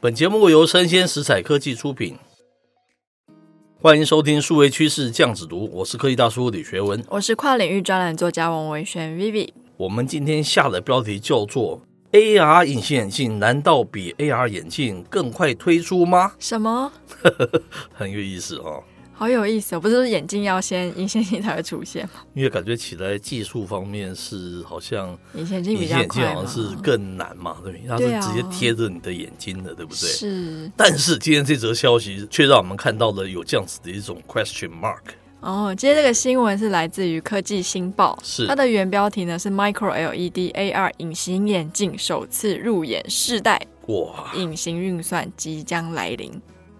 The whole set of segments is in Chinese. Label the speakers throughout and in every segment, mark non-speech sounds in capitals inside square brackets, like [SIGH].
Speaker 1: 本节目由生鲜食材科技出品，欢迎收听数位趋势酱子读，我是科技大叔李学文。
Speaker 2: 我是跨领域专栏作家王维轩 Vivi。
Speaker 1: 我们今天下的标题叫做 “AR 隐形眼镜难道比 AR 眼镜更快推出吗 [LAUGHS]
Speaker 2: 什么？”，
Speaker 1: 很有意思哦，
Speaker 2: 好有意思哦！不是说眼镜要先隐形眼镜才会出现
Speaker 1: [LAUGHS]
Speaker 2: 吗？
Speaker 1: 因为感觉起来技术方面是好像
Speaker 2: 隐形眼镜
Speaker 1: 隐
Speaker 2: 比
Speaker 1: 形
Speaker 2: 较
Speaker 1: 眼镜
Speaker 2: 快
Speaker 1: 好
Speaker 2: 嘛
Speaker 1: 像是更难嘛，对不对？它
Speaker 2: 对啊
Speaker 1: 是直接贴着你的眼睛的，对不对？
Speaker 2: 是
Speaker 1: 但是今天这则消息却让我们看到了有这样子的一种 question mark。
Speaker 2: 哦。今天这个新闻是来自于科技新报，
Speaker 1: 是
Speaker 2: 它的原标题呢是 Micro E LED AR 隐形眼镜首次入眼世代
Speaker 1: 哇，
Speaker 2: 隐形运算即将来临。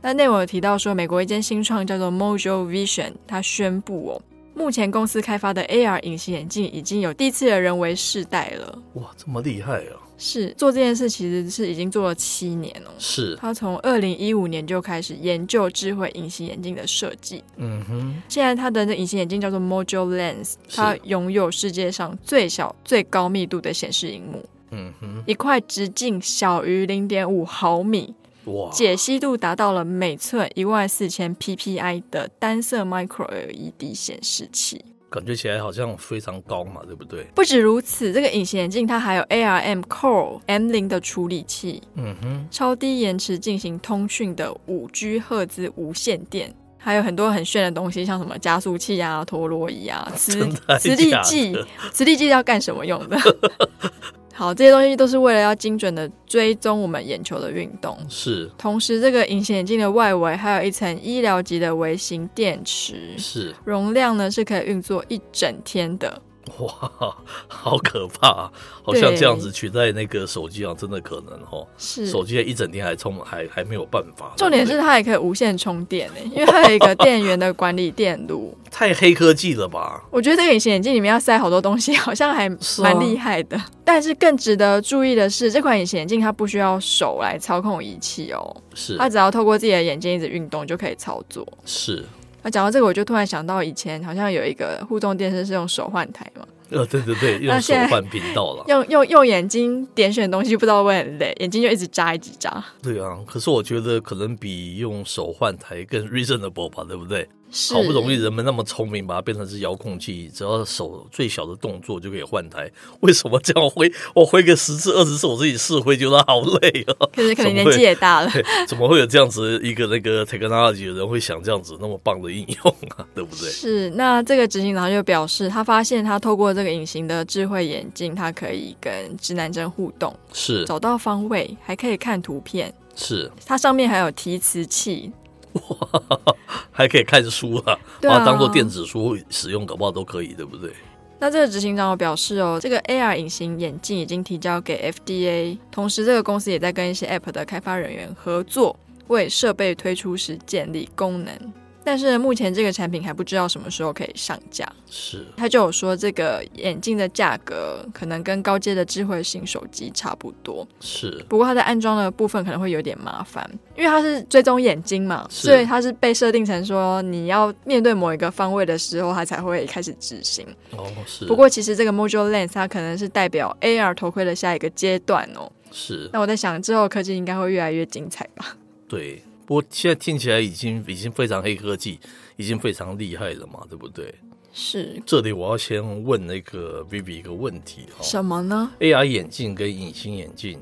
Speaker 2: 那内容有提到说，美国一间新创叫做 Mojo Vision，它宣布哦，目前公司开发的 AR 隐形眼镜已经有第一次的人为试戴了。
Speaker 1: 哇，这么厉害啊！
Speaker 2: 是做这件事其实是已经做了七年哦。
Speaker 1: 是，
Speaker 2: 他从二零一五年就开始研究智慧隐形眼镜的设计，
Speaker 1: 嗯哼，
Speaker 2: 现在它的那隐形眼镜叫做 Mojo Lens，
Speaker 1: 是
Speaker 2: 它拥有世界上最小、最高密度的显示荧幕，
Speaker 1: 嗯哼，
Speaker 2: 一块直径小于零点五毫米，
Speaker 1: 哇，
Speaker 2: 解析度达到了每寸一万四千 PPI 的单色 Micro LED 显示器。
Speaker 1: 感觉起来好像非常高嘛，对不对？
Speaker 2: 不止如此，这个隐形眼镜它还有 ARM Core M 0的处理器，
Speaker 1: 嗯哼，
Speaker 2: 超低延迟进行通讯的五 G 赫兹无线电，还有很多很炫的东西，像什么加速器啊、陀螺仪
Speaker 1: [LAUGHS]
Speaker 2: 啊、磁
Speaker 1: 真的还
Speaker 2: 磁力
Speaker 1: 假的
Speaker 2: 计、 [LAUGHS] 磁力计要干什么用的？ [LAUGHS] 好，这些东西都是为了要精准的追踪我们眼球的运动。
Speaker 1: 是
Speaker 2: 同时，这个隐形眼镜的外围还有一层医疗级的微型电池，
Speaker 1: 是，
Speaker 2: 容量呢是可以运作一整天的。
Speaker 1: 哇， [LAUGHS] 好可怕、啊，好像这样子取代那个手机啊，真的可能哦。
Speaker 2: 是，
Speaker 1: 手机一整天还充，还还没有办法。
Speaker 2: 重点
Speaker 1: 对
Speaker 2: 是
Speaker 1: 不
Speaker 2: 它也可以无线充电诶、因为它有一个电源的管理电路。
Speaker 1: 对太黑科技了吧？
Speaker 2: 我觉得这个隐形眼镜里面要塞好多东西，好像还
Speaker 1: 是啊
Speaker 2: 蛮厉害的。但是更值得注意的是，这款隐形眼镜它不需要手来操控仪器哦，
Speaker 1: 是
Speaker 2: 它只要透过自己的眼睛一直运动就可以操作。
Speaker 1: 是，
Speaker 2: 那讲到这个，我就突然想到以前好像有一个互动电视是用手换台嘛，
Speaker 1: 呃，对对对，用
Speaker 2: [LAUGHS] 那
Speaker 1: 手
Speaker 2: 现在
Speaker 1: 换频道了。
Speaker 2: [LAUGHS] 用用用眼睛点选东西，不知道会不会很累，眼睛就一直眨一直眨。
Speaker 1: 对啊，可是我觉得可能比用手换台更 reasonable 吧，对不对？
Speaker 2: 是
Speaker 1: 好不容易人们那么聪明，把它变成是遥控器，只要手最小的动作就可以换台， [LAUGHS] 为什么这样挥？我挥个十次二十次，我自己试挥觉得好累啊！
Speaker 2: 可是可
Speaker 1: 怎
Speaker 2: 能
Speaker 1: 么
Speaker 2: 年
Speaker 1: 会
Speaker 2: 纪也大了，
Speaker 1: 对 [LAUGHS] 怎么会有这样子一个那个 technology 的人会想这样子那么棒的应用啊？ [LAUGHS] 对不对？
Speaker 2: 是，那这个执行长就表示，他发现他透过这个隐形的智慧眼镜，他可以跟指南针互动，
Speaker 1: 是
Speaker 2: 找到方位，还可以看图片。
Speaker 1: 是，
Speaker 2: 它上面还有提词器，
Speaker 1: 还可以看书啊，
Speaker 2: 对
Speaker 1: 把
Speaker 2: 啊
Speaker 1: 它当做电子书使用，搞不好都可以，对不对？
Speaker 2: 那这个执行长有表示哦，这个 AR 隐形眼镜已经提交给 FDA，同时这个公司也在跟一些 App 的开发人员合作，为设备推出时建立功能。但是目前这个产品还不知道什么时候可以上架。
Speaker 1: 是
Speaker 2: 他就有说，这个眼镜的价格可能跟高阶的智慧型手机差不多，
Speaker 1: 是
Speaker 2: 不过它在安装的部分可能会有点麻烦，因为它是追踪眼睛嘛，
Speaker 1: 是
Speaker 2: 所以它是被设定成说你要面对某一个方位的时候，它才会开始执行。
Speaker 1: 哦，是
Speaker 2: 不过其实这个 Mojo Lens 它可能是代表 AR 头盔的下一个阶段哦。
Speaker 1: 是
Speaker 2: 那我在想，之后科技应该会越来越精彩吧？
Speaker 1: 对。不过现在听起来已经已经非常黑科技，已经非常厉害了嘛，对不对？
Speaker 2: 是
Speaker 1: 这里我要先问那个 Vivi 一个问题哦
Speaker 2: 什么呢？
Speaker 1: ，AR 眼镜跟隐形眼镜，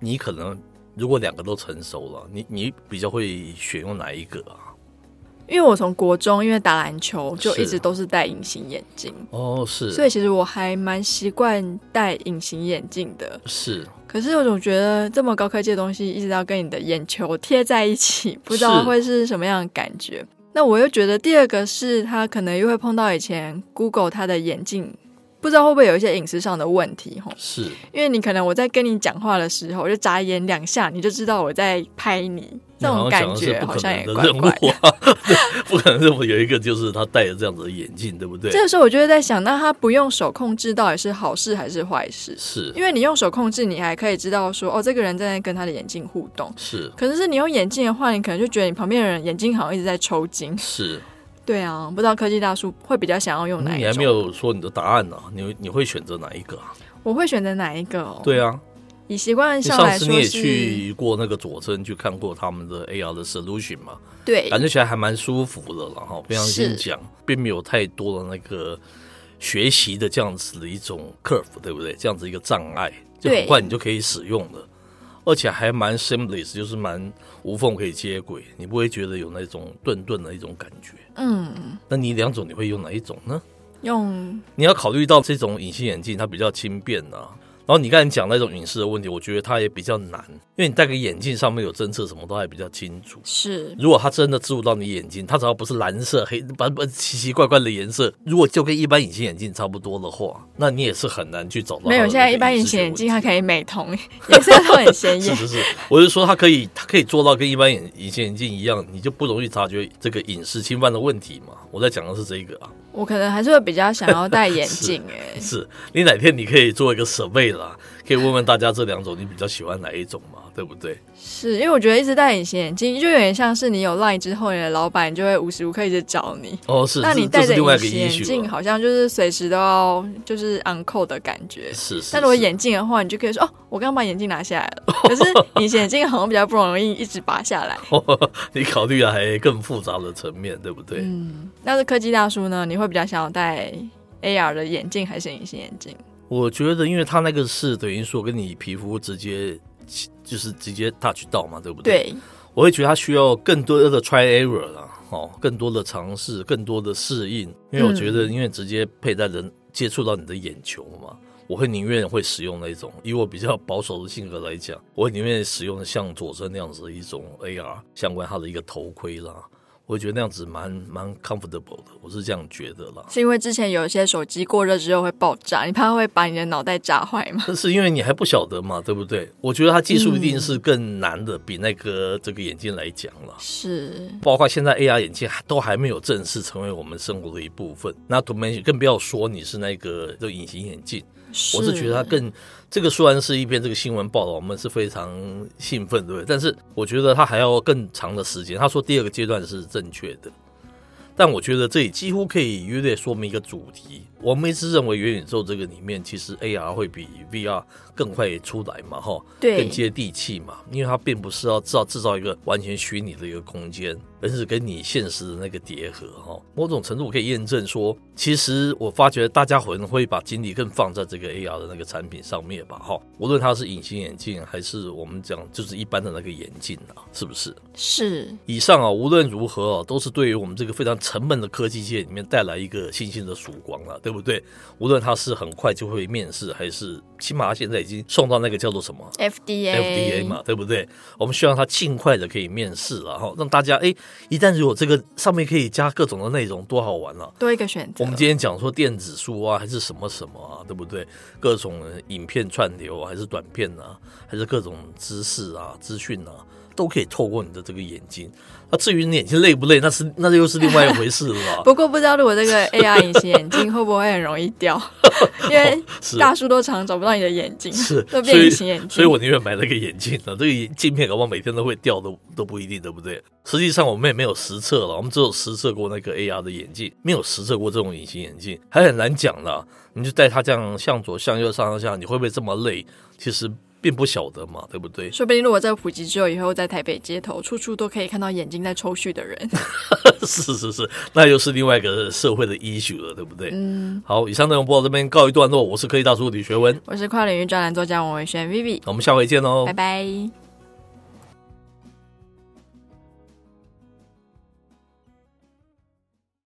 Speaker 1: 你可能如果两个都成熟了，你你比较会选用哪一个啊？
Speaker 2: 因为我从国中因为打篮球就是一直都是戴隐形眼镜。
Speaker 1: 哦，是，
Speaker 2: 所以其实我还蛮习惯戴隐形眼镜的，
Speaker 1: 是
Speaker 2: 可是我总觉得这么高科技的东西一直要跟你的眼球贴在一起， [LAUGHS] 不知道会是什么样的感觉。那我又觉得第二个是它可能又会碰到以前 Google 它的眼镜，不知道会不会有一些隐私上的问题吼？
Speaker 1: 是
Speaker 2: 因为你可能我在跟你讲话的时候，我就眨眼两下，你就知道我在拍你，这种感觉
Speaker 1: 你好
Speaker 2: 好像
Speaker 1: 像
Speaker 2: 也
Speaker 1: 讲的
Speaker 2: 怪
Speaker 1: 是不可能
Speaker 2: 怪
Speaker 1: 的任务啊，对 [LAUGHS] 不可能任务有一个就是他戴着这样子的眼镜，对不对？
Speaker 2: [LAUGHS] 这个时候我就会在想，那它不用手控制到底是好事还是坏事？
Speaker 1: 是
Speaker 2: 因为你用手控制，你还可以知道说，哦，这个人正在跟他的眼镜互动。
Speaker 1: 是
Speaker 2: 可是是你用眼镜的话，你可能就觉得你旁边的人眼睛好像一直在抽筋。
Speaker 1: 是，
Speaker 2: 对啊，不知道科技大叔会比较想要用哪一
Speaker 1: 嗯你
Speaker 2: 种？
Speaker 1: 还没有说你的答案呢、啊，你你会选择哪一个、啊？
Speaker 2: 我会选择哪一个、哦？，
Speaker 1: 对啊，
Speaker 2: 以习惯
Speaker 1: 你
Speaker 2: 上
Speaker 1: 上
Speaker 2: 来
Speaker 1: 次你
Speaker 2: 说
Speaker 1: 也
Speaker 2: 是，
Speaker 1: 去过那个佐真，去看过他们的 AR 的 solution 嘛，
Speaker 2: 对
Speaker 1: 感觉起来还蛮舒服的了哈。不像
Speaker 2: 是
Speaker 1: 先讲，并没有太多的那个学习的这样子的一种 curve，对不对？这样子一个障碍，就
Speaker 2: 对
Speaker 1: 很快你就可以使用了，而且还蛮 seamless，就是蛮无缝可以接轨，你不会觉得有那种顿顿的一种感觉。
Speaker 2: 嗯，
Speaker 1: 那你两种你会用哪一种呢？
Speaker 2: 用
Speaker 1: 你要考虑到这种隐形眼镜它比较轻便啊。然后你刚才讲那种隐私的问题，我觉得它也比较难，因为你戴个眼镜上面有侦测什么都还比较清楚。
Speaker 2: 是
Speaker 1: 如果它真的植入到你眼睛，它只要不是蓝色、黑、不不奇奇怪怪的颜色，如果就跟一般隐形眼镜差不多的话，那你也是很难去找到它
Speaker 2: 没
Speaker 1: 的那个
Speaker 2: 有。
Speaker 1: 隐私学问题。
Speaker 2: 现在一般隐形眼镜它可以美瞳，颜色都很鲜
Speaker 1: 是 [LAUGHS]
Speaker 2: 艳，
Speaker 1: 是是，我是说它可以，它可以做到跟一般眼隐形眼镜一样，你就不容易察觉这个隐私侵犯的问题嘛。我在讲的是这个啊。
Speaker 2: 我可能还是会比较想要戴眼
Speaker 1: [LAUGHS]
Speaker 2: 镜哎、
Speaker 1: 是你哪天你可以做一个 survey 啦，可以问问大家这两种你比较喜欢哪一种嘛，对不对？
Speaker 2: 是因为我觉得一直戴隐形眼镜就有点像是你有 line 之后，你的老板就会无时无刻一直找你。
Speaker 1: 哦，是，
Speaker 2: 那
Speaker 1: 是
Speaker 2: 你
Speaker 1: 这
Speaker 2: 戴
Speaker 1: 是
Speaker 2: 着
Speaker 1: 另外一
Speaker 2: 隐
Speaker 1: 个
Speaker 2: 形眼镜，
Speaker 1: issue 啊。
Speaker 2: 好像就是随时都要就是 on call 的感觉。
Speaker 1: 是是，
Speaker 2: 但如果
Speaker 1: 是 [LAUGHS]
Speaker 2: 眼镜的话，你就可以说哦，我刚把眼镜拿下来了。 [LAUGHS] 可是隐形眼镜好像比较不容易一直拔
Speaker 1: [LAUGHS]
Speaker 2: 下来。
Speaker 1: 哦你考虑还更复杂的层面，对不对？
Speaker 2: 嗯，那是科技大叔呢？你会比较想要戴 AR 的眼镜还是隐形眼镜？
Speaker 1: 我觉得，因为它那个是等于说跟你皮肤直接就是直接 touch 到嘛，对不对？
Speaker 2: 对，
Speaker 1: 我会觉得它需要更多的 try error 啦，哦，更多的尝试，更多的适应，因为我觉得，因为直接佩戴人接触到你的眼球嘛，我会宁愿会使用那种，以我比较保守的性格来讲，我会宁愿使用像佐真那样子的一种 AR 相关它的一个头盔啦，我觉得那样子蛮蛮 comfortable 的，我是这样觉得啦。
Speaker 2: 是因为之前有一些手机过热之后会爆炸，你怕会把你的脑袋炸坏吗？
Speaker 1: 但是因为你还不晓得嘛，对不对？我觉得它技术一定是更难的，比那个这个眼镜来讲了。
Speaker 2: 是，
Speaker 1: 包括现在 AR 眼镜还都还没有正式成为我们生活的一部分，那图媒更不要说你是那个就隐形眼镜，我是觉得它更这个虽然是一篇这个新闻报道，我们是非常兴奋，对不对？但是我觉得它还要更长的时间。他说第二个阶段是正确的，但我觉得这里几乎可以约略说明一个主题。我们一直认为元宇宙这个里面，其实 AR 会比 VR 更快出来嘛，哈，
Speaker 2: 对
Speaker 1: 更接地气嘛，因为它并不是要制造制造一个完全虚拟的一个空间，而是跟你现实的那个叠合哈。某种程度可以验证说，其实我发觉大家可能会把精力更放在这个 AR 的那个产品上面吧哈，无论它是隐形眼镜还是我们讲就是一般的那个眼镜啊，是不是？
Speaker 2: 是
Speaker 1: 以上啊，无论如何啊，都是对于我们这个非常沉闷的科技界里面带来一个新兴的曙光了、对不对？无论它是很快就会面世，还是起码它现在已经送到那个叫做什么
Speaker 2: FDA
Speaker 1: FDA 嘛，对不对？我们希望它尽快的可以面世了哈，让大家哎，一旦如果这个上面可以加各种的内容，多好玩啊！
Speaker 2: 多一个选择。
Speaker 1: 我们今天讲说电子书啊，还是什么什么啊，对不对？各种影片串流啊，还是短片啊，还是各种知识啊、资讯啊，都可以透过你的这个眼睛。那至于你眼睛累不累，那是那又是另外一回事了啦。
Speaker 2: [LAUGHS] 不过不知道如果
Speaker 1: [LAUGHS]
Speaker 2: 这个 AR 隐形眼镜会不会很容易掉，
Speaker 1: [LAUGHS]
Speaker 2: 因为
Speaker 1: 哦是
Speaker 2: 大叔都常找不到你的眼镜，
Speaker 1: 是，
Speaker 2: [LAUGHS]
Speaker 1: 所
Speaker 2: 都变
Speaker 1: 以
Speaker 2: 隐形眼镜。
Speaker 1: 所以我宁愿买那个眼镜了、这个眼镜片搞不好每天都会掉都都不一定，对不对？实际上我们也没有实测了，我们只有实测过那个 AR 的眼镜，没有实测过这种隐形眼镜，还很难讲啦。你就带它这样向左、向右、上上下，你会不会这么累？其实并不晓得嘛，对不对？ [LAUGHS]
Speaker 2: 说不定如果这个普及之后，以后在台北街头处处都可以看到眼睛在抽搐的人。 [LAUGHS]
Speaker 1: 是是是，那又是另外一个社会的 issue 了，对不对？
Speaker 2: 嗯，
Speaker 1: 好，以上内容播到这边告一段落，我是科技大叔李学文，
Speaker 2: 我是跨领域专栏作家王维轩 Vivi，
Speaker 1: 我们下回见喽，
Speaker 2: 拜拜。